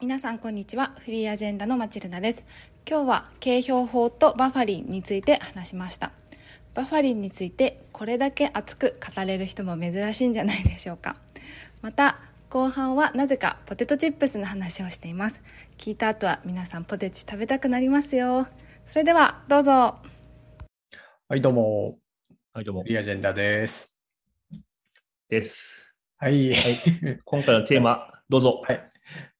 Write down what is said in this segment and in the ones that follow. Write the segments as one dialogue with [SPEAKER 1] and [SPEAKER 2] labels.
[SPEAKER 1] 皆さんこんにちはフリーアジェンダのマチルナです今日は警標法とバファリンについて話しましたバファリンについてこれだけ熱く語れる人も珍しいんじゃないでしょうかまた後半はなぜかポテトチップスの話をしています聞いた後は皆さんポテチ食べたくなりますよそれではどうぞ
[SPEAKER 2] はい、どうも、
[SPEAKER 3] はい、どうも。
[SPEAKER 2] リアジェンダです。
[SPEAKER 3] です。
[SPEAKER 2] はい、
[SPEAKER 3] 今回のテーマ、どうぞ。
[SPEAKER 2] はい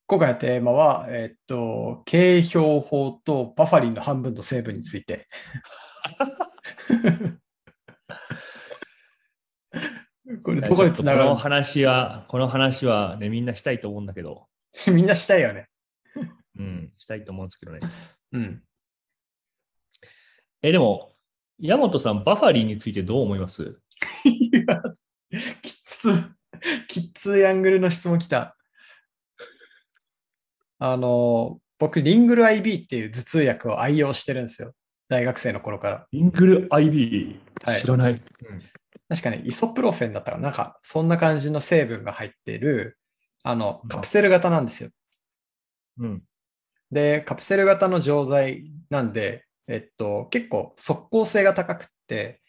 [SPEAKER 2] 今回のテーマは、えっと、軽標法とバファリンの半分の成分について。 これ、どこでつな
[SPEAKER 3] ちょっとこの
[SPEAKER 2] が
[SPEAKER 3] 話は、この話はね、みんなしたいと思うんだけど、
[SPEAKER 2] るみんなしたいよね。
[SPEAKER 3] うん、したいと思うんですけど ね。
[SPEAKER 2] うん。
[SPEAKER 3] え、でも、ヤマトさん、バファリンについてどう思います
[SPEAKER 2] いやきっつ、きっついアングルの質問きた。あの、僕、リングル IB っていう頭痛薬を愛用してるんですよ。大学生の頃から。
[SPEAKER 3] イングル IB、
[SPEAKER 2] はい
[SPEAKER 3] 知らない。
[SPEAKER 2] 確かね、イソプロフェンだったかな、なんか、そんな感じの成分が入ってる、あの
[SPEAKER 3] う、ん
[SPEAKER 2] カプセル型なんですよ。
[SPEAKER 3] うん。
[SPEAKER 2] で、カプセル型の錠剤なんで、えっと、結構即効性が高くって、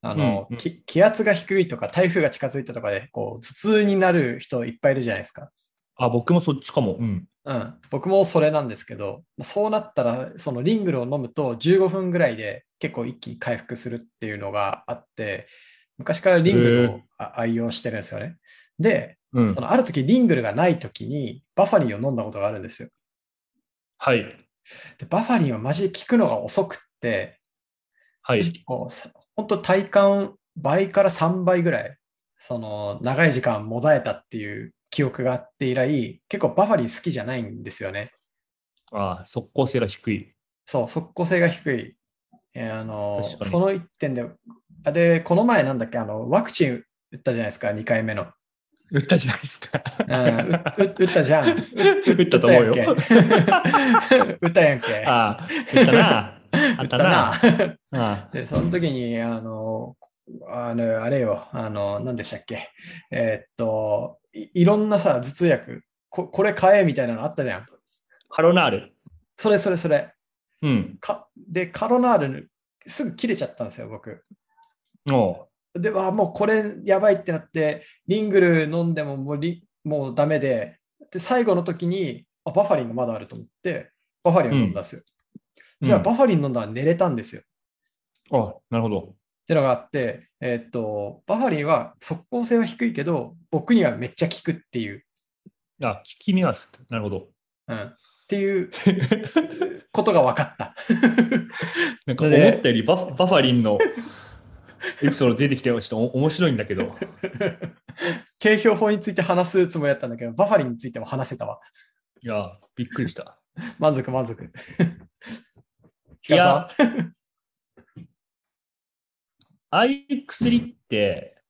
[SPEAKER 2] あの、
[SPEAKER 3] うんうん
[SPEAKER 2] き気圧が低いとか、台風が近づいたとかで、こう、頭痛になる人いっぱいいるじゃないですか。
[SPEAKER 3] あ、僕もそっちかも。うん。
[SPEAKER 2] うん、僕もそれなんですけど、そうなったら、そのリングルを飲むと15分ぐらいで結構一気に回復するっていうのがあって、昔からリングルをあ愛用してるんですよね。で、
[SPEAKER 3] うん
[SPEAKER 2] そ。のある時リングルがない時にバファリンを飲んだことがあるんですよ。
[SPEAKER 3] はい。
[SPEAKER 2] でバファリンはマジで効くのが遅くって、
[SPEAKER 3] はい。
[SPEAKER 2] こうさ本当体感倍から3倍ぐらい、その長い時間もだえたっていう記憶があって以来、結構バファリン好きじゃないんですよね。
[SPEAKER 3] あ、即効性が低い。
[SPEAKER 2] そう、即効性が低い。えーあの
[SPEAKER 3] 確かに
[SPEAKER 2] その一点で、あで、この前なんだっけ、あのワクチン打ったじゃないですか、2回目の。
[SPEAKER 3] 打ったじゃないですか。
[SPEAKER 2] うんうう打ったじゃん。
[SPEAKER 3] 打ったと思うよ。
[SPEAKER 2] 打ったやんけ。 打ったやんけ。
[SPEAKER 3] あ、打ったな。あ
[SPEAKER 2] 打っ
[SPEAKER 3] っ
[SPEAKER 2] た
[SPEAKER 3] たな。
[SPEAKER 2] な。
[SPEAKER 3] あ
[SPEAKER 2] で、その時に、あの、あのあれよ、あの、何でしたっけ。えーっとい、いろんなさ、頭痛薬、ここれ買えみたいなのあったじゃん。
[SPEAKER 3] カロナール。
[SPEAKER 2] それそれそれ。
[SPEAKER 3] うん。
[SPEAKER 2] かで、カロナール、すぐ切れちゃったんですよ、僕。
[SPEAKER 3] も
[SPEAKER 2] で、わあもうこれやばいってなって、リングル飲んでももうリもうダメで、で、最後の時に、あ、バファリンがまだあると思って、バファリンを飲んだんですよ。
[SPEAKER 3] う。
[SPEAKER 2] じゃあ、
[SPEAKER 3] うん
[SPEAKER 2] バファリン飲んだら寝れたんですよ。
[SPEAKER 3] あ、なるほど。
[SPEAKER 2] ってのがあって、えーっと、バファリンは即効性は低いけど、僕にはめっちゃ効くっていう、
[SPEAKER 3] あ、聞き見ます。なるほど。
[SPEAKER 2] うん、って いうことが分かった。
[SPEAKER 3] なん
[SPEAKER 2] だ
[SPEAKER 3] か
[SPEAKER 2] って
[SPEAKER 3] 思ったよりバフバファリンのエピソード出てきて、ちょっとお面白いんだけど。
[SPEAKER 2] 軽標法について話すつもりだったんだけど、バファリンについても話せたわ。
[SPEAKER 3] いや、びっくりした。
[SPEAKER 2] 満足満足。
[SPEAKER 3] いや、ああいう薬って、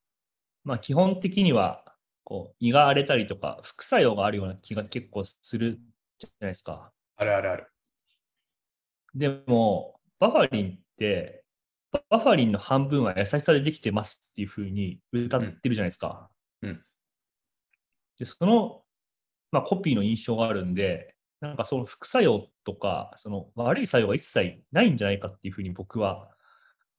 [SPEAKER 3] まあ基本的には、こう、胃が荒れたりとか、副作用があるような気が結構するじゃないですか。
[SPEAKER 2] あるあるある。
[SPEAKER 3] でも、バファリンって、バファリンの半分は優しさでできてますっていうふうに歌ってるじゃないですか。
[SPEAKER 2] うんうん
[SPEAKER 3] で、その、まあ、コピーの印象があるんで、なんかその副作用とか、その悪い作用が一切ないんじゃないかっていうふうに僕は、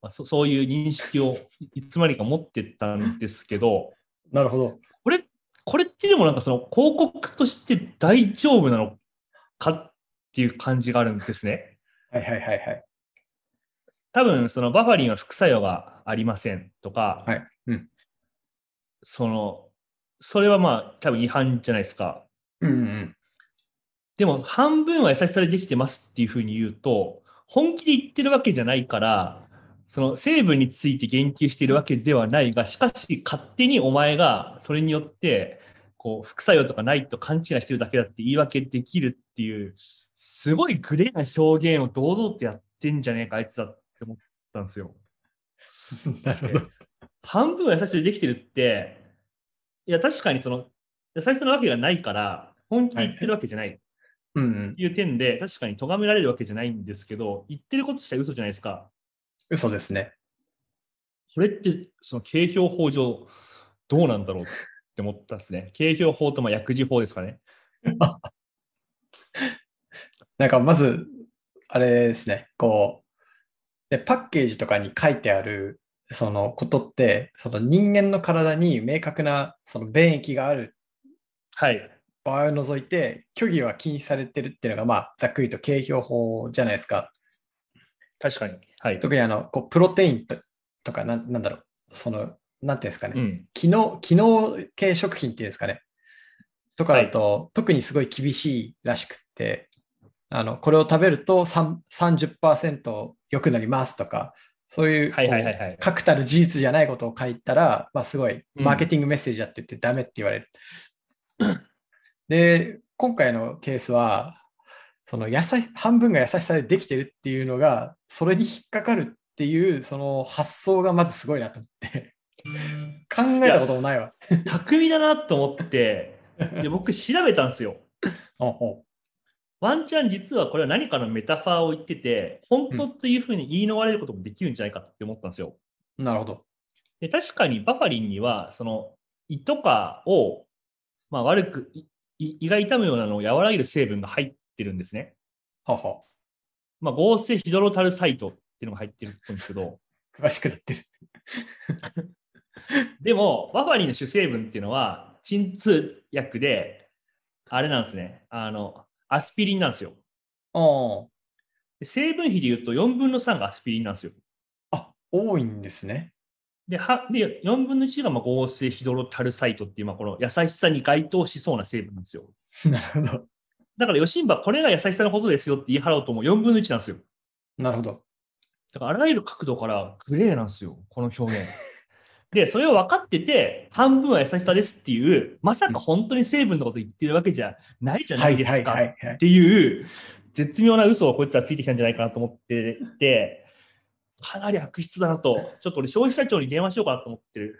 [SPEAKER 3] まあ、そそういう認識をいつまにか持ってたんですけど、
[SPEAKER 2] なるほど。
[SPEAKER 3] これ、これってでもなんかその広告として大丈夫なのかっていう感じがあるんですね。
[SPEAKER 2] はいはいはいはい。
[SPEAKER 3] 多分、そのバファリンは副作用がありませんとか、
[SPEAKER 2] はいうん
[SPEAKER 3] その、それはまあ多分違反じゃないですか。
[SPEAKER 2] うんうん。
[SPEAKER 3] でも半分は優しさでできてますっていうふうに言うと、本気で言ってるわけじゃないから、その成分について言及しているわけではないが、しかし勝手にお前がそれによって、こう、副作用とかないと勘違いしてるだけだって言い訳できるっていう、すごいグレーな表現を堂々とやってんじゃねえか、あいつだって思ったんですよ。
[SPEAKER 2] なるほど。
[SPEAKER 3] 半分は優しさでできてるって、いや、確かにその、優しさなわけがないから、本気で言ってるわけじゃないっ
[SPEAKER 2] うんうん。
[SPEAKER 3] ていう点で、確かに咎められるわけじゃないんですけど、言ってることしたら嘘じゃないですか。
[SPEAKER 2] 嘘ですね。
[SPEAKER 3] それって、その、軽標法上、どうなんだろうって思ったんですね。軽標法とまあ薬事法ですかね。
[SPEAKER 2] なんかまず、あれですね、こう、で、パッケージとかに書いてある、そのことって、その人間の体に明確なその便益がある
[SPEAKER 3] はい。
[SPEAKER 2] 場合を除いて、虚偽は禁止されてるっていうのが、まあ、ざっくりと景評法じゃないですか。
[SPEAKER 3] 確かに。はい。
[SPEAKER 2] 特にあの、こうプロテインととかなん、なんだろう、その、なんていうんですかね、
[SPEAKER 3] うん。
[SPEAKER 2] 機能、機能系食品っていうんですかね。とかだと、特にすごい厳しいらしくって、あの、これを食べると3 30%良くなりますとか、そういう、
[SPEAKER 3] はいはいは
[SPEAKER 2] こ。
[SPEAKER 3] いはいう
[SPEAKER 2] 確たる事実じゃないことを書いたら、まあすごい、
[SPEAKER 3] うん
[SPEAKER 2] マーケティングメッセージだって言ってダメって言わ れる。で、今回のケースは、その優し、半分が優しさでできてるっていうのが、それに引っかかるっていう、その発想がまずすごいなと思って。考えたこともないわ。
[SPEAKER 3] 巧みだなと思って、で、僕調べたんですよ。
[SPEAKER 2] おお
[SPEAKER 3] ワンチャン実はこれは何かのメタファーを言ってて、本当というふうに言い逃れることもできるんじゃないかって思ったんですよ。
[SPEAKER 2] なるほど。
[SPEAKER 3] で、確かにバファリンには、その胃とかを、まあ悪く、いい胃が痛むようなのを和らげる成分が入ってるんですね。
[SPEAKER 2] はは。
[SPEAKER 3] まあ合成ヒドロタルサイトっていうのが入ってるっぽいんですけど、
[SPEAKER 2] 詳しくなってる。
[SPEAKER 3] でも、バファリンの主成分っていうのは、鎮痛薬で、あれなんですね。あの、アスピリンなんですよ。
[SPEAKER 2] おー
[SPEAKER 3] で成分比で言うと4分の3がアスピリンなんですよ。
[SPEAKER 2] あ、多いんですね。
[SPEAKER 3] で、はで4分の1がまあ合成ヒドロタルサイトっていう、まあ、この優しさに該当しそうな成分なんですよ。
[SPEAKER 2] なるほど。
[SPEAKER 3] だから、ヨシンバ、これが優しさのことですよって言い張ろうとも4分の1なんですよ。
[SPEAKER 2] なるほど。
[SPEAKER 3] だから、あらゆる角度からグレーなんですよ、この表現。で、それを分かってて、半分は優しさですっていう、まさか本当に成分のこと言ってるわけじゃないじゃないですか
[SPEAKER 2] はい
[SPEAKER 3] っ
[SPEAKER 2] はいはいはい。
[SPEAKER 3] ていう、絶妙な嘘をこいつはついてきたんじゃないかなと思ってて、かなり悪質だなと、ちょっと俺消費者庁に電話しようかなと思ってる。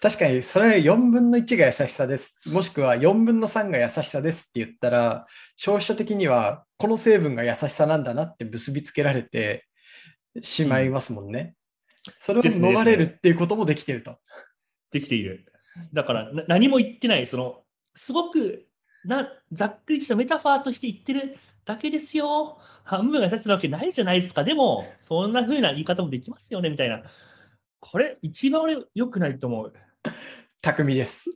[SPEAKER 2] 確かに、それ4分の1が優しさです。もしくは4分の3が優しさですって言ったら、消費者的には、この成分が優しさなんだなって結びつけられてしまいますもんね。それを
[SPEAKER 3] ですね
[SPEAKER 2] 逃れるっていうこともできてると。
[SPEAKER 3] できている。だからな何も言ってない、そのすごくなざっくりしたメタファーとして言ってるだけですよ、半分が優しさなわけないじゃないですか、でも、そんな風な言い方もできますよねみたいな、これ、一番俺、良くないと思う。
[SPEAKER 2] 巧みです。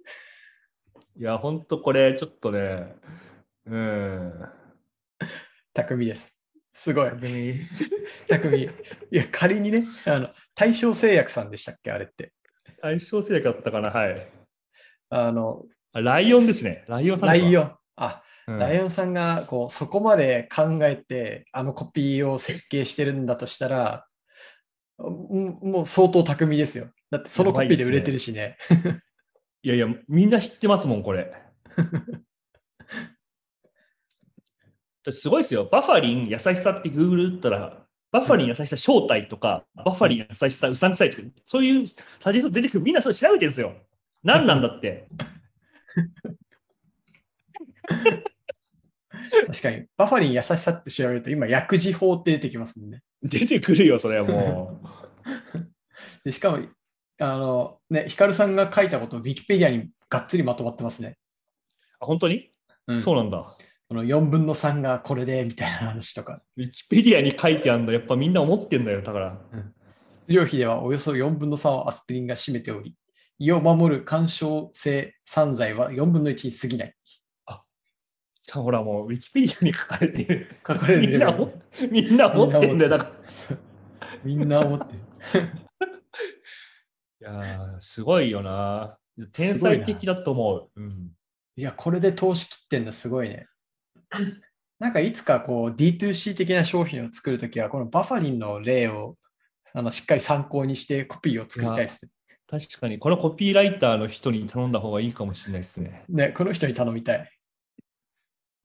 [SPEAKER 3] いや、ほんとこれ、ちょっとね、うん、
[SPEAKER 2] 巧みです。すごい。
[SPEAKER 3] 逆に
[SPEAKER 2] 巧み。いや、仮にね、あの、大正製薬さんでしたっけあれって。
[SPEAKER 3] 相性制約だったかな、はい。
[SPEAKER 2] あの、
[SPEAKER 3] あライオンですね、ライオンさん
[SPEAKER 2] ラ
[SPEAKER 3] ですわ
[SPEAKER 2] イオン。あ、
[SPEAKER 3] うん
[SPEAKER 2] ライオンさんがこうそこまで考えてあのコピーを設計してるんだとしたら、ももう相当巧みですよ。だってそのコピーで売れてるしね。
[SPEAKER 3] いやいや、みんな知ってますもん、こ れ。すごいですよ。バファリン優しさって Google 打ったら、バファリン優しさ正体とか、バファリン優しさうさんくさいとか、そういうサジェスト出てくる、みんなそれ調べてるんですよ。何なんだ って。
[SPEAKER 2] 確かに。バファリン優しさって調べると今薬事法って出てきますもんね。
[SPEAKER 3] 出てくるよ、それはも う。
[SPEAKER 2] でしかも、あの、ね、ヒカルさんが書いたことを Wikipedia にがっつりまとまってますね。
[SPEAKER 3] あ本当に、
[SPEAKER 2] そ
[SPEAKER 3] そううなんだ。
[SPEAKER 2] この4分の3がこれでみたいな話とか。
[SPEAKER 3] ウィキペディアに書いてあるんだ。やっぱみんな思ってんだよ、だから。
[SPEAKER 2] 出場費ではおよそ4分の3をアスピリンが占めており、胃を守る干渉性散剤は4分の1に過ぎない。
[SPEAKER 3] ほら、もうウィキペディアに書かれて る。
[SPEAKER 2] 書かれる
[SPEAKER 3] み
[SPEAKER 2] レ
[SPEAKER 3] ん
[SPEAKER 2] ベ
[SPEAKER 3] な
[SPEAKER 2] ル
[SPEAKER 3] 思。みんな思ってんだよ、だから。
[SPEAKER 2] みんな思ってる。
[SPEAKER 3] いやー、すごいよな。天
[SPEAKER 2] すごい
[SPEAKER 3] 才
[SPEAKER 2] な
[SPEAKER 3] 的だと思う。うん、
[SPEAKER 2] いや、これで投資切ってんのすごいね。なんかいつかこう D2C 的な商品を作るときは、このバファリンの例をあのしっかり参考にしてコピーを作りたいですね。
[SPEAKER 3] 確かに、このコピーライターの人に頼んだ方がいいかもしれないですね。
[SPEAKER 2] ね、この人に頼みたい。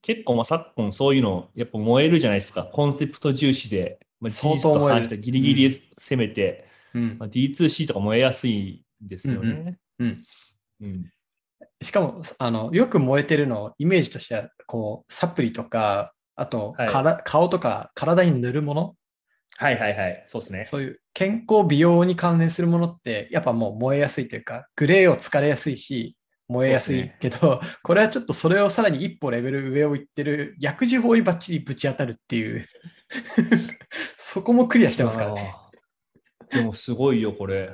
[SPEAKER 3] 結構、まあ、昨今、そういうの、やっぱ燃えるじゃないですか。コンセプト重視で、まあ、事
[SPEAKER 2] 相
[SPEAKER 3] 実
[SPEAKER 2] 当
[SPEAKER 3] と
[SPEAKER 2] 燃える
[SPEAKER 3] 反したギリギリで攻めて、
[SPEAKER 2] うん
[SPEAKER 3] まあ、D2C とか燃えやすいんですよね。
[SPEAKER 2] うんうん
[SPEAKER 3] うん
[SPEAKER 2] しかもあの、よく燃えてるの、イメージとしては、こう、サプリとか、あと
[SPEAKER 3] はい
[SPEAKER 2] から、顔とか体に塗るもの、
[SPEAKER 3] はいはいはい、そうですね。
[SPEAKER 2] そういう健康美容に関連するものって、やっぱもう燃えやすいというか、グレーを疲れやすいし、燃えやす
[SPEAKER 4] そう
[SPEAKER 2] い
[SPEAKER 4] で
[SPEAKER 2] けど、 これはちょっとそれをさらに一歩レベル上をいってる薬事法にバッチリぶち当たるって いうそこもクリアしてますからね。
[SPEAKER 3] あーでもすごいよ、これ。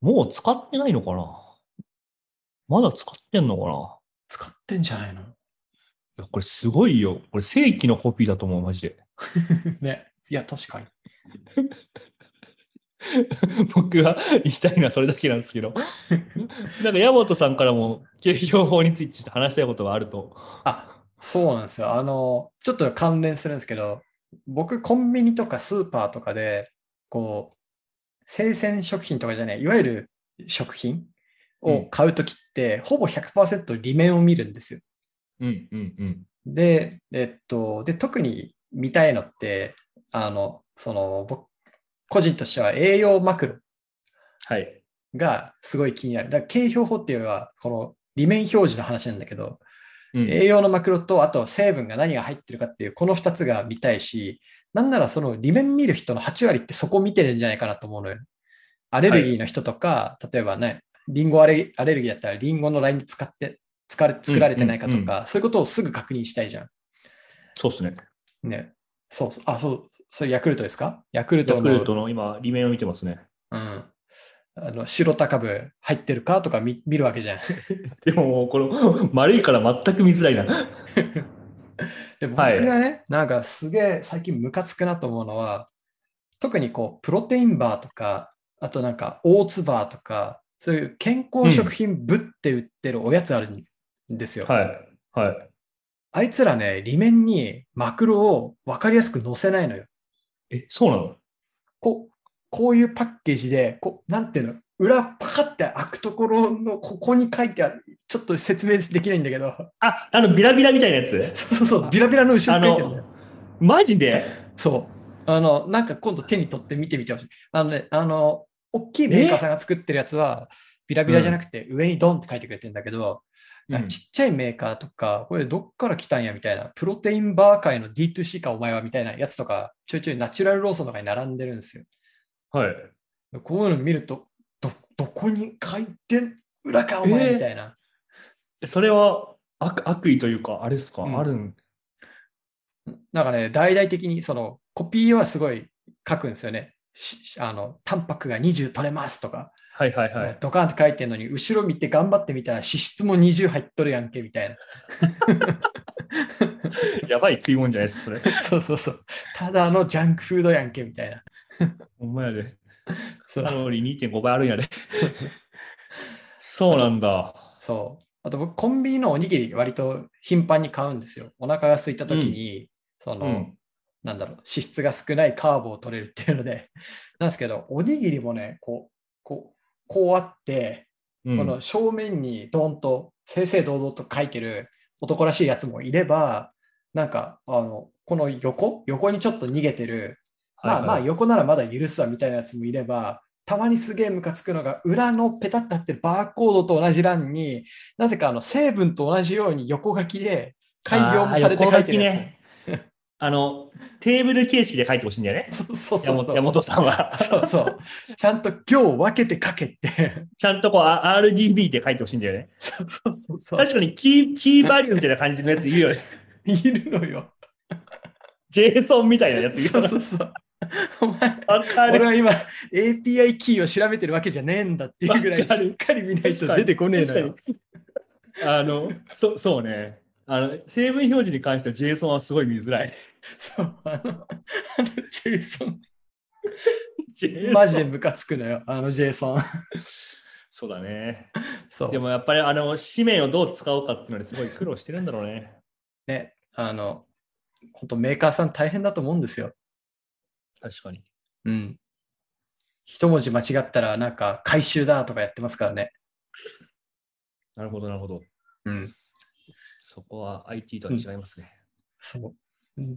[SPEAKER 3] もう使ってないのかなまだ使ってんのかな
[SPEAKER 2] 使ってんじゃないの
[SPEAKER 3] いや、これすごいよ。これ正規のコピーだと思う、マジで。
[SPEAKER 2] ね。いや、確かに。
[SPEAKER 3] 僕は言いたいのはそれだけなんです けど。なんか、矢本さんからも、景況法についてちょっと話したいことがあると。
[SPEAKER 2] あ、そうなんですよ。あの、ちょっと関連するんですけど、僕、コンビニとかスーパーとかで、こう、生鮮食品とかじゃない、いわゆる食品を買うときって、ほぼ100%裏面を見るんですよ。
[SPEAKER 3] うんうんうん。
[SPEAKER 2] で、えっと、で、特に見たいのって、あの、その、僕、個人としては栄養マクロ
[SPEAKER 3] はい。
[SPEAKER 2] がすごい気になる。だから、経表法っていうのは、この、裏面表示の話なんだけど、
[SPEAKER 3] うん
[SPEAKER 2] 栄養のマクロと、あと成分が何が入ってるかっていう、この2つが見たいし、なんならその裏面見る人の8割ってそこ見てるんじゃないかなと思うのよ。アレルギーの人とか、例えばね、リンゴアレアレルギーだったらリンゴのラインで使って、使われ作られてないかとか、
[SPEAKER 3] うんうん
[SPEAKER 2] そういうことをすぐ確認したいじゃ
[SPEAKER 3] そうですね。
[SPEAKER 2] ん。ね。そうそう。あ、そう、それヤクルトですかヤクル
[SPEAKER 3] ヤ
[SPEAKER 2] ト
[SPEAKER 3] ク
[SPEAKER 2] の
[SPEAKER 3] ルトの今、裏面を見てますね。
[SPEAKER 2] うん。あの、白高部入ってるかとか見見るわけじゃん。
[SPEAKER 3] でももう、この、 丸いから全く見づらいな。
[SPEAKER 2] で、僕
[SPEAKER 3] はい
[SPEAKER 2] がね、なんかすげえ最近ムカつくなと思うのは、特にこう、プロテインバーとか、あとなんか、オーツバーとか、そういう健康食品ぶって売ってるおやつあるんですよ。
[SPEAKER 3] はい。はい。
[SPEAKER 2] あいつらね、裏面にマクロを分かりやすく載せないのよ。
[SPEAKER 3] え、そうなの
[SPEAKER 2] こう、こういうパッケージで、こう、なんていうの、裏パカって開くところのここに書いてある、ちょっと説明できないんだけど、
[SPEAKER 3] あ、あの、ビラビラみたいなやつ
[SPEAKER 2] そうそうそう、ビラビラの後
[SPEAKER 3] あ
[SPEAKER 2] ろに書いてあるんだよ
[SPEAKER 3] の。、マジで
[SPEAKER 2] そう。あの、なんか今度手に取って見てみてほしい。あのね、あの、大きいメーカーさんが作ってるやつは、ビラビラじゃなくて上にドンって書いてくれてるんだけど、なんかちっちゃいメーカーとか、これどっから来たんやみたいな、プロテインバー界の D2C かお前はみたいなやつとか、ちょいちょいナチュラルローソンとかに並んでるんですよ。
[SPEAKER 3] はい。
[SPEAKER 2] こういうの見ると、ど、どこに書いて裏かお前
[SPEAKER 3] えー
[SPEAKER 2] みたいな。
[SPEAKER 3] それは悪悪意というか、あれですか、
[SPEAKER 2] うん
[SPEAKER 3] あるん。
[SPEAKER 2] なんかね、大々的にそのコピーはすごい書くんですよね。しあの、タンパクが20取れますとか。
[SPEAKER 3] はいはいはい。
[SPEAKER 2] ドカーンって書いてるのに、後ろ見て頑張ってみたら脂質も20入っとるやんけみたい
[SPEAKER 3] やばい食い物じゃないですか、それ。
[SPEAKER 2] な。そうそうそう。ただのジャンクフードやんけみたいな。
[SPEAKER 3] ほんまやで。
[SPEAKER 2] そう
[SPEAKER 3] カロリー2.5倍あるん やで。そうなんだ。
[SPEAKER 2] そう。あと僕、コンビニのおにぎり割と頻繁に買うんですよ。お腹が空いた時に、その、
[SPEAKER 3] うん。
[SPEAKER 2] なんだろう、脂質が少ないカーボを取れるっていうので。なんですけど、おにぎりもね、こう、こう、こうあって、
[SPEAKER 3] うん
[SPEAKER 2] この正面にドーンと正々堂々と書いてる男らしいやつもいれば、なんか、あの、この横横にちょっと逃げてる、まあまあ横ならまだ許すわみたいなやつもいれば、たまにすげえムカつくのが、裏のペタッとあってるバーコードと同じ欄に、なぜかあの成分と同じように横書きで、改行もされて書いてるやつ。
[SPEAKER 3] あー横書きねあの、テーブル形式で書いてほしいんだよね。
[SPEAKER 2] そうそうそ
[SPEAKER 3] 山
[SPEAKER 2] うそ
[SPEAKER 3] 本
[SPEAKER 2] う。
[SPEAKER 3] 山本さん は。
[SPEAKER 2] そうそう。ちゃんと行を分けて書けって。
[SPEAKER 3] ちゃんとこう、あ RDB で書いてほしいんだよね。
[SPEAKER 2] そうそうそうそう。
[SPEAKER 3] 確かにキー、キーバリューみたいな感じのやついる よね。
[SPEAKER 2] いるのよ。
[SPEAKER 3] JSON みたいなやついる
[SPEAKER 2] そ
[SPEAKER 3] よ
[SPEAKER 2] う
[SPEAKER 3] ね。
[SPEAKER 2] そうそう。お前、
[SPEAKER 3] わか
[SPEAKER 2] 俺
[SPEAKER 3] る。
[SPEAKER 2] は今 API キーを調べてるわけじゃねえんだっていうぐらい
[SPEAKER 3] わかる
[SPEAKER 2] しっかり見ないと出てこねえのよ。
[SPEAKER 3] あの、そそうね。あの、成分表示に関しては JSON はすごい見づらい。
[SPEAKER 2] そう、あの、あの JSON、
[SPEAKER 3] JSON
[SPEAKER 2] マジでムカつくのよ、あの JSON。
[SPEAKER 3] そうだね。
[SPEAKER 2] そう。
[SPEAKER 3] でもやっぱり、あの、紙面をどう使おうかっていうのにすごい苦労してるんだろうね。
[SPEAKER 2] ね、あの、本当メーカーさん大変だと思うんですよ。
[SPEAKER 3] 確かに。
[SPEAKER 2] うん。一文字間違ったら、なんか、回収だとかやってますからね。
[SPEAKER 3] なるほど、なるほど。
[SPEAKER 2] うん。
[SPEAKER 3] そこは IT とは違いますね。
[SPEAKER 2] そう。うん、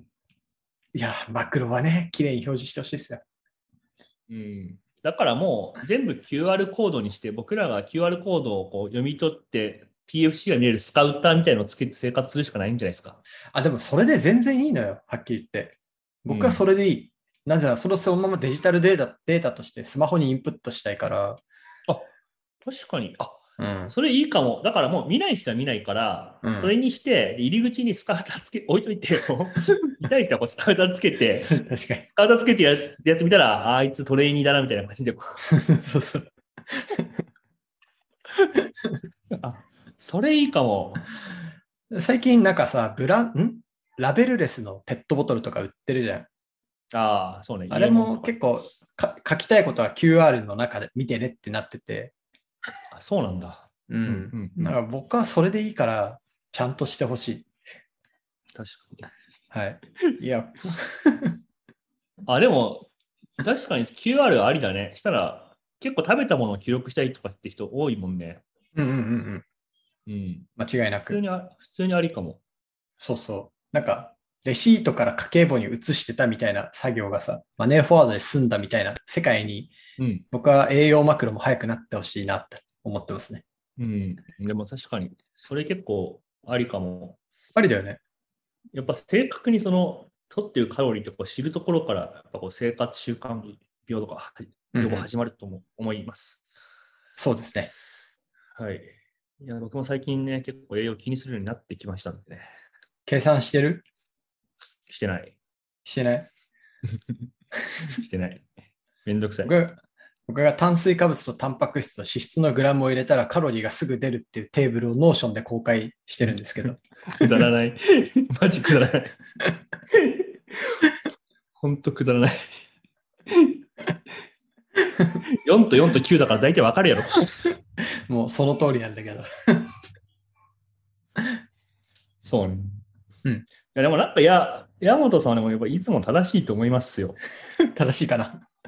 [SPEAKER 2] いや、マクロはね、綺麗に表示してほしいですよ。
[SPEAKER 3] うん。だからもう全部 QR コードにして、僕らが QR コードをこう読み取って、PFC が見れるスカウターみたいなのをつけて生活するしかないんじゃないですか。
[SPEAKER 2] あ、でもそれで全然いいのよ、はっきり言って。僕はそれでいい。なぜなら、それをそのままデジタルデータデータとしてスマホにインプットしたいから、
[SPEAKER 3] 確かに。あ、
[SPEAKER 2] うん。
[SPEAKER 3] それいいかも。だからもう見ない人は見ないから、
[SPEAKER 2] うん
[SPEAKER 3] それにして、入り口にスカウターつけ、置いといて、もう痛い人はこうスカウターつけて、
[SPEAKER 2] 確かに。
[SPEAKER 3] スカウターつけてやるやつ見たら、ああいつトレーニーだなみたいな感じで、こ
[SPEAKER 2] そうそう。
[SPEAKER 3] うあ、それいいかも。
[SPEAKER 2] 最近なんかさ、ブラン、んラベルレスのペットボトルとか売ってるじゃん。
[SPEAKER 3] ああ、そうね。
[SPEAKER 2] あれ
[SPEAKER 3] 入れ
[SPEAKER 2] も
[SPEAKER 3] 物とか
[SPEAKER 2] 結構か書きたいことは QR の中で見てねってなってて、
[SPEAKER 3] あそうなんだ。
[SPEAKER 2] う。
[SPEAKER 3] うんうん
[SPEAKER 2] なんか僕はそれでいいから、ちゃんとしてほしい。
[SPEAKER 3] 確か
[SPEAKER 2] はい。いや、
[SPEAKER 3] に。あ、でも、確かに QR ありだね。したら、結構食べたものを記録したいとかって人多いもんね。
[SPEAKER 2] うんうんうんうん。
[SPEAKER 3] うん。
[SPEAKER 2] 間違いな
[SPEAKER 3] 普通
[SPEAKER 2] く。
[SPEAKER 3] にあ、普通にありかも。
[SPEAKER 2] そうそう。なんか、レシートから家計簿に移してたみたいな作業がさ、マネーフォワードで済んだみたいな世界に、
[SPEAKER 3] うん。
[SPEAKER 2] 僕は栄養マクロも早くなってほしいなって思ってますね。
[SPEAKER 3] うん。でも確かに、それ結構ありかも。
[SPEAKER 2] ありだよね。
[SPEAKER 3] やっぱ正確にその、取ってるカロリーとかを知るところから、やっぱこう生活習慣病とかは、
[SPEAKER 2] うんう
[SPEAKER 3] 予
[SPEAKER 2] ん
[SPEAKER 3] 防始まるとも思います。
[SPEAKER 2] そうですね。
[SPEAKER 3] はい。いや、僕も最近ね、結構栄養気にするようになってきましたんでね。
[SPEAKER 2] 計算してる
[SPEAKER 3] してない。
[SPEAKER 2] してない
[SPEAKER 3] してない。めんどくさい。
[SPEAKER 2] 僕僕が炭水化物とタンパク質と脂質のグラムを入れたらカロリーがすぐ出るっていうテーブルをノーションで公開してるんですけ ど、
[SPEAKER 3] くだら ない。マジくだらない。ほんとくだらない。4と4と9だから大体わかるやろ。
[SPEAKER 2] もうその通りなんだけど。
[SPEAKER 3] そうね。
[SPEAKER 2] うん
[SPEAKER 3] いや、でもなんか、や、山本さんはでもやっぱいつも正しいと思いますよ。
[SPEAKER 2] 正しいかない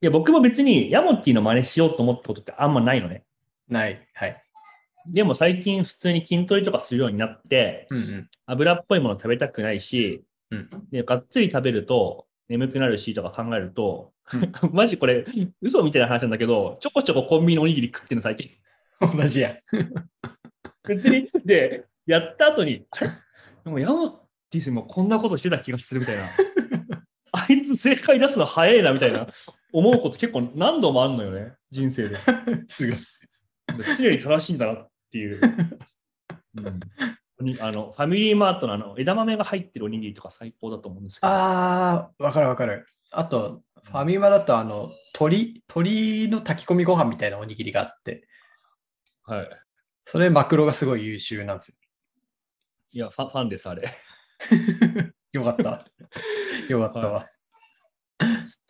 [SPEAKER 3] や、僕も別にヤモティの真似しようと思ったことってあんまないのね。
[SPEAKER 2] ない。はい。
[SPEAKER 3] でも最近普通に筋トレとかするようになって、
[SPEAKER 2] うんうん。
[SPEAKER 3] 油っぽいもの食べたくないし、
[SPEAKER 2] うん
[SPEAKER 3] で、がっつり食べると眠くなるしとか考えると、
[SPEAKER 2] う
[SPEAKER 3] マジこれ嘘みたいな話なんだけど、ちょこちょこコンビニのおにぎり食ってんの最近。
[SPEAKER 2] 同じや。
[SPEAKER 3] 別に、で、やった後に、あれでもヤモティスもこんなことしてた気がするみたいな。 あいつ正解出すの早いなみたいな思うこと結構何度もあるのよね、人生で。
[SPEAKER 2] すごい。
[SPEAKER 3] 常に正しいんだなっていう。うんにあのファミリーマートのあの枝豆が入ってるおにぎりとか最高だと思うんですけど。
[SPEAKER 2] あー、わかるわかる。あと、ファミマだと、あの、鶏、鶏の炊き込みご飯みたいなおにぎりがあって、
[SPEAKER 3] はい。
[SPEAKER 2] それマクロがすごい優秀なんです
[SPEAKER 3] いや、ファンファンです、あれ。
[SPEAKER 2] よ。よか った。よかったわ。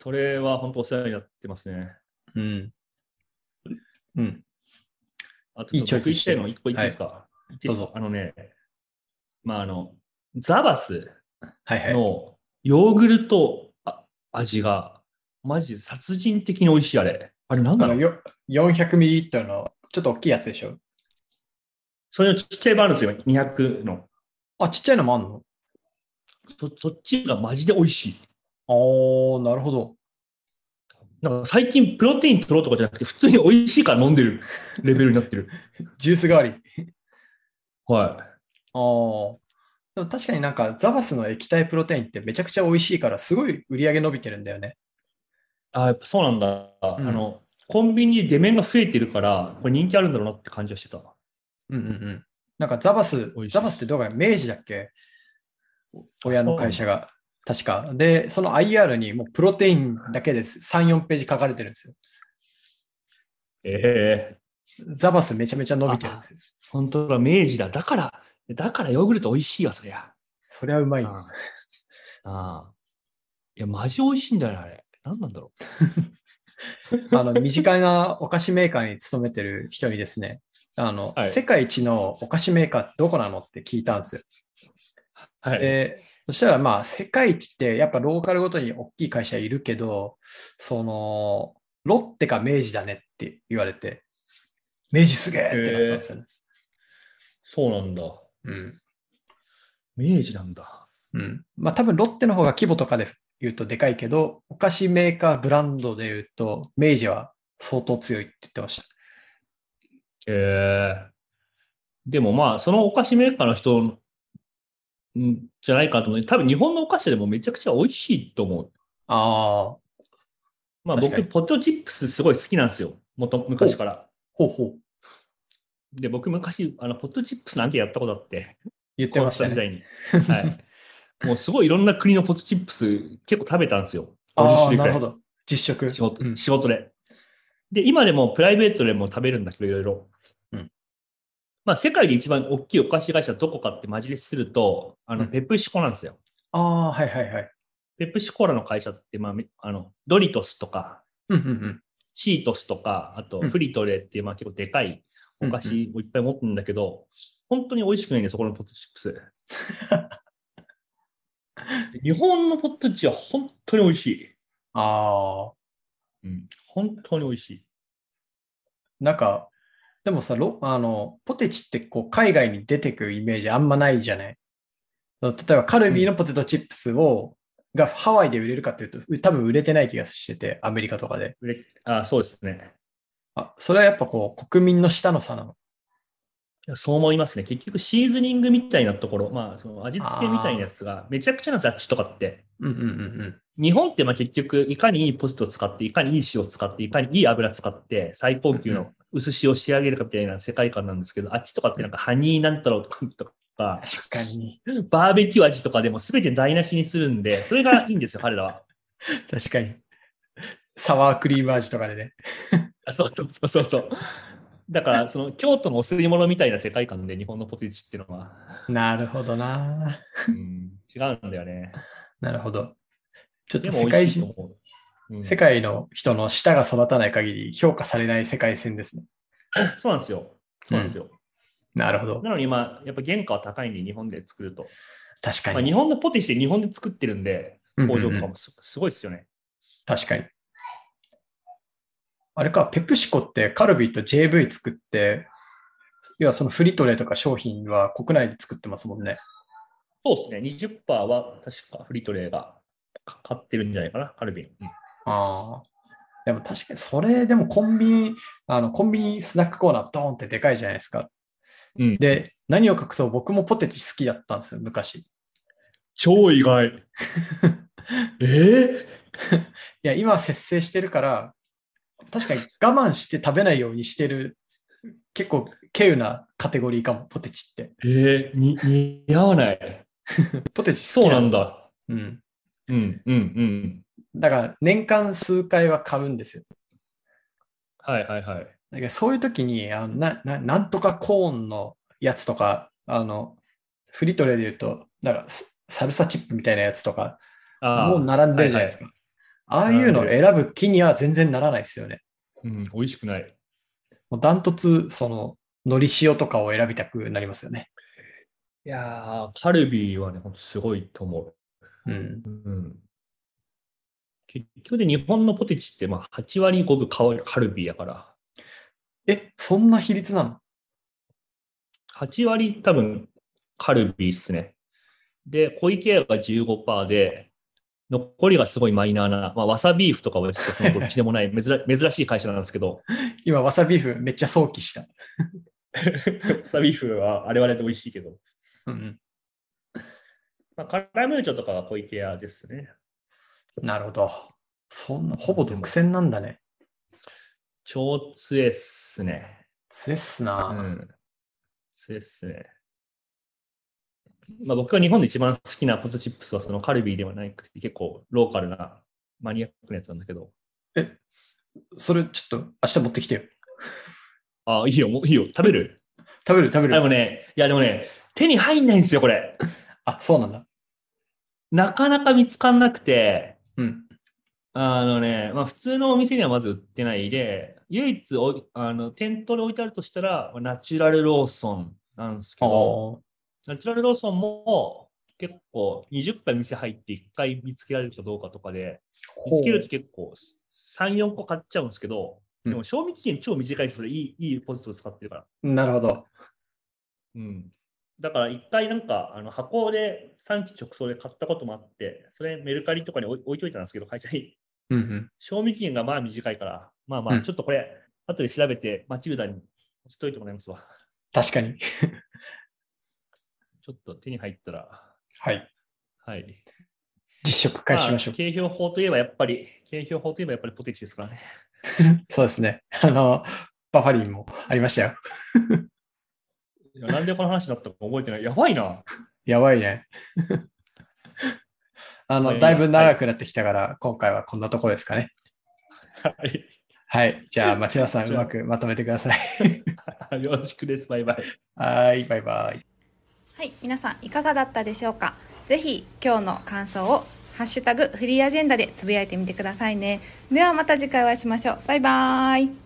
[SPEAKER 3] それは本当お世話になってますね。
[SPEAKER 2] うん。うん。
[SPEAKER 3] あと、
[SPEAKER 2] いいチョイ
[SPEAKER 3] 僕
[SPEAKER 2] ス
[SPEAKER 3] 言いたいの一個言っていいですか、言っていいです
[SPEAKER 2] どうぞ
[SPEAKER 3] かあのね、まあ、あの、ザバス
[SPEAKER 2] はいはい。
[SPEAKER 3] のヨーグルトあ味が、マジ殺人的に美味しい、あれ。あれ、なん
[SPEAKER 2] あ
[SPEAKER 3] だ
[SPEAKER 2] の
[SPEAKER 3] ろう
[SPEAKER 2] よ 400ml のちょっと大きいやつでしょ。
[SPEAKER 3] それのちっちゃいバーあるんですよ、200の。
[SPEAKER 2] あ、ちっちゃいのもあんの
[SPEAKER 3] そそっちがマジで美味しい。
[SPEAKER 2] あー、なるほど。
[SPEAKER 3] なんか最近プロテイン取ろうとかじゃなくて、普通に美味しいから飲んでるレベルになっ てる。
[SPEAKER 2] ジュース代わり。
[SPEAKER 3] は
[SPEAKER 2] あー。でも確かになんかザバスの液体プロテインってめちゃくちゃ美味しいからすごい売り上げ伸びてるんだよね。
[SPEAKER 3] い。あやっぱそうなんだ。あ
[SPEAKER 2] うん
[SPEAKER 3] の、コンビニで出面が増えてるから、これ人気あるんだろうなって感じはしてた。
[SPEAKER 2] うんうんうん。なんかザバス
[SPEAKER 3] 美味、しい
[SPEAKER 2] ザバスってどこか明治だっけお親の会社が。確か。で、その IR にもうプロテインだけです。3、4ページ書かれてるんですよ。
[SPEAKER 3] ええ
[SPEAKER 2] ザバスめちゃめちゃ伸びてるんですよ。
[SPEAKER 3] 本当だ、明治だ。だから、だからヨーグルト美味しいわ、そりゃ。
[SPEAKER 2] そりゃうまい。
[SPEAKER 3] ああ。いや、マジ美味しいんだよね、あれ。何なんだろ
[SPEAKER 2] あの、身近なお菓子メーカーに勤めてる人にですね、あの、
[SPEAKER 3] はい
[SPEAKER 2] 世界一のお菓子メーカーってどこなのって聞いたんですよ。
[SPEAKER 3] う。はい。
[SPEAKER 2] で、そしたらまあ、世界一ってやっぱローカルごとに大きい会社いるけど、その、ロッテか明治だねって言われて、明治すげえってなったんですよね。
[SPEAKER 3] そうなんだ。
[SPEAKER 2] うん。
[SPEAKER 3] 明治なんだ。
[SPEAKER 2] うん。まあ多分ロッテの方が規模とかで言うとでかいけど、お菓子メーカーブランドで言うと、明治は相当強いって言ってました。
[SPEAKER 3] ええでもまあ、そのお菓子メーカーの人んじゃないかなと思う。多分日本のお菓子でもめちゃくちゃ美味しいと思う。
[SPEAKER 2] ああ、
[SPEAKER 3] まあ
[SPEAKER 2] 確か
[SPEAKER 3] 僕
[SPEAKER 2] に、
[SPEAKER 3] ポテトチップスすごい好きなんですよ。もと昔から。
[SPEAKER 2] ほうほう。
[SPEAKER 3] で、僕昔、あの、ポットチップスのアンケートやったことあって、
[SPEAKER 2] 言ってました
[SPEAKER 3] 高校
[SPEAKER 2] ね。
[SPEAKER 3] 生時代に。はい。もうすごいいろんな国のポットチップス結構食べたんですよ。
[SPEAKER 2] あ
[SPEAKER 3] 50種
[SPEAKER 2] あ、
[SPEAKER 3] 類く
[SPEAKER 2] な
[SPEAKER 3] らい
[SPEAKER 2] るほど。実食。
[SPEAKER 3] 仕事、
[SPEAKER 2] うん
[SPEAKER 3] 仕事で。で、今でもプライベートでも食べるんだけど、いろいろ。
[SPEAKER 2] うん
[SPEAKER 3] まあ、世界で一番大きいお菓子会社どこかってマジですると、あの、
[SPEAKER 2] うん
[SPEAKER 3] ペプシコなんですよ。
[SPEAKER 2] ああ、はいはいはい。
[SPEAKER 3] ペプシコーラの会社って、まあめ、あの、ドリトスとか、
[SPEAKER 2] うんうんうん。
[SPEAKER 3] チートスとか、あと
[SPEAKER 2] うん
[SPEAKER 3] フリトレっていう、まあ結構でかいお菓
[SPEAKER 2] うん
[SPEAKER 3] 子をいっぱい持ってるんだけど、本当に美味しくないんでそこのポットチップス。 日本のポットチップは本当に美味しい。
[SPEAKER 2] ああ、
[SPEAKER 3] うん、本当に美味しい。
[SPEAKER 2] なんか、でもさ、ロあの、ポテチってこう、海外に出てくイメージあんまないじゃない例えばカルビーのポテトチップスを、がハワイで売れるかっていうと、多分売れてない気がしてて、アメリカとかで。
[SPEAKER 3] うれあそうですね。
[SPEAKER 2] あ、それはやっぱこう、国民の下の差なの。
[SPEAKER 3] いやそう思いますね。結局シーズニングみたいなところ、まあ、その味付けみたいなやつがめちゃくちゃなんですよ、あっちとかって。
[SPEAKER 2] うんうんうんうん。
[SPEAKER 3] 日本ってまあ結局、いかにいいポテトを使って、いかにいい塩を使って、いかにいい油を使って、最高級の薄塩を仕上げるかみたいな世界観なんですけど、あっちとかってなんかハニーなんたらとか、
[SPEAKER 2] 確かに。
[SPEAKER 3] バーベキュー味とかでも全て台無しにする んで、それがいいんですよ、彼らは。
[SPEAKER 2] 確かに。サワークリーム味とかでね。
[SPEAKER 3] あそうそうそうそうそう。だから、その京都のお吸い物みたいな世界観で日本のポテチっていうのは、
[SPEAKER 2] なるほどな。
[SPEAKER 3] うん、違うんだよね。
[SPEAKER 2] なるほど。ちょっ
[SPEAKER 3] で
[SPEAKER 2] と
[SPEAKER 3] も
[SPEAKER 2] 世
[SPEAKER 3] 美
[SPEAKER 2] 界
[SPEAKER 3] 味しいと
[SPEAKER 2] 人、
[SPEAKER 3] 思う。うん
[SPEAKER 2] 世界の人の舌が育たない限り評価されない世界線ですね。
[SPEAKER 3] そうなんですよ。そうなんですよ。
[SPEAKER 2] なるほど。
[SPEAKER 3] なのに今、やっぱ原価は高いんで、日本で作ると。
[SPEAKER 2] 確か
[SPEAKER 3] まあ、
[SPEAKER 2] に。
[SPEAKER 3] 日本のポテチって日本で作ってるんで、
[SPEAKER 2] うん
[SPEAKER 3] 工
[SPEAKER 2] うんう
[SPEAKER 3] 場
[SPEAKER 2] ん
[SPEAKER 3] とかもす,、ごいですよね。
[SPEAKER 2] 確かに。あれか、ペプシコってカルビーと JV 作って、要はそのフリトレとか商品は国内で作ってますもんね。
[SPEAKER 3] そうですね。20%は確かフリートレーがか買ってるんじゃないかな、カルビン。うん
[SPEAKER 2] ああ。でも確かに、それでもコンビニ、あの、コンビニスナックコーナードーンってでかいじゃないですか。
[SPEAKER 3] うん
[SPEAKER 2] で、何を隠そう、僕もポテチ好きだったんですよ、昔。い
[SPEAKER 3] 超意 外。えー、
[SPEAKER 2] や、今は節制してるから、確かに我慢して食べないようにしてる、結構、稀有なカテゴリーかも、ポテチって。
[SPEAKER 3] えー、に似合わない。
[SPEAKER 2] ポテチ好
[SPEAKER 3] そ
[SPEAKER 2] き
[SPEAKER 3] うなん
[SPEAKER 2] ですよ。
[SPEAKER 3] だ。
[SPEAKER 2] うん。
[SPEAKER 3] うん、うん、うん。
[SPEAKER 2] だから、年間数回は買うんですよ。
[SPEAKER 3] はい、はい、はい。
[SPEAKER 2] だからそういう時にあのなな、なんとかコーンのやつとか、あの、フリトレで言うと、なんかササルサチップみたいなやつとか、
[SPEAKER 3] あー
[SPEAKER 2] もう並んでるじゃないですか。ああいうのを選ぶ気には全然ならないですよね。
[SPEAKER 3] うん、美味しくない。
[SPEAKER 2] もうダントツ、その、海苔塩とかを選びたくなりますよね。
[SPEAKER 3] いやー、カルビーはね、ほんとすごいと思
[SPEAKER 2] う
[SPEAKER 3] う。
[SPEAKER 2] ん。
[SPEAKER 3] うん結局で日本のポテチってまあ8割5分カワカルビーやから、
[SPEAKER 2] え、そんな比率なの
[SPEAKER 3] 8割多分カルビーっすね。で、小池屋が15%で、残りがすごいマイナーな、まあ、わさビーフとかはちょっとその どっちでもない珍珍しい会社なんですけど、
[SPEAKER 2] 今、わさビーフめっちゃ想起した。
[SPEAKER 3] わさビーフはあれはあれで美味しいけど、
[SPEAKER 2] うん。
[SPEAKER 3] まあ、カラムーチョとかは小池屋ですね。
[SPEAKER 2] なるほど。そんな、ほぼ独占なんだね。
[SPEAKER 3] 超強いっすね。
[SPEAKER 2] 強っす
[SPEAKER 3] う
[SPEAKER 2] な。
[SPEAKER 3] ん。そうですね。まあ、僕は日本で一番好きなポテトチップスはそのカルビーではなくて結構ローカルなマニアックなやつなんだけど。
[SPEAKER 2] それ、ちょっと明日持ってきてよ。
[SPEAKER 3] ああ、いいよ、もういいよ。食べる
[SPEAKER 2] 食べる食べ
[SPEAKER 3] あでも
[SPEAKER 2] る。
[SPEAKER 3] ね、いやでもね、手に入んないんですよ、これ。
[SPEAKER 2] あ、そうなんだ。
[SPEAKER 3] なかなか見つかんなくて、
[SPEAKER 2] うん。
[SPEAKER 3] あのね、まあ普通のお店にはまず売ってないで、唯一おいあの店頭で置いてあるとしたら、まあナチュラルローソンなんですけ
[SPEAKER 2] あ
[SPEAKER 3] ど、
[SPEAKER 2] ー
[SPEAKER 3] ナチュラルローソンも結構20回店入って1回見つけられるかどうかとかで、見
[SPEAKER 2] ほ
[SPEAKER 3] つけると
[SPEAKER 2] う
[SPEAKER 3] 結構3、4個買っちゃうんですけど、
[SPEAKER 2] うん
[SPEAKER 3] でも賞味期限超短いですよ、それいい、いいポテトを使ってるから。
[SPEAKER 2] なるほど。
[SPEAKER 3] うん。だから1回なんか、あの箱で産地直送で買ったこともあって、それメルカリとかに置い置いといたんですけど、会社に。
[SPEAKER 2] うんうん。
[SPEAKER 3] 賞味期限がまあ短いから、まあま
[SPEAKER 2] う
[SPEAKER 3] あ、
[SPEAKER 2] ん
[SPEAKER 3] ちょっとこれ、後で調べて、マチルダにしといてもらいますわ。
[SPEAKER 2] 確かに。
[SPEAKER 3] ちょっと手に入ったら、
[SPEAKER 2] はい。
[SPEAKER 3] はい。
[SPEAKER 2] 実食開始しましょう
[SPEAKER 3] あ。景表法といえばやっぱり、景表法といえばやっぱりポテチですからね。
[SPEAKER 2] そうですね。あの、バファリンもありましたよ。
[SPEAKER 3] いやなんでこの話になったか覚えてない。やばいな。
[SPEAKER 2] やばいね。 あ
[SPEAKER 3] は
[SPEAKER 2] の、
[SPEAKER 3] い
[SPEAKER 2] だいぶ長くなってきたから、今回はこんなところですかね。
[SPEAKER 3] はい
[SPEAKER 2] はい。じゃあ、町田さん、うまくまとめてください。
[SPEAKER 3] よろしくです。バイバイ。
[SPEAKER 2] はい、バイバイ。
[SPEAKER 1] はい、皆さんいかがだったでしょうか。ぜひ今日の感想をハッシュタグフリーアジェンダでつぶやいてみてくださいね。ではまた次回お会いしましょう。バイバイ。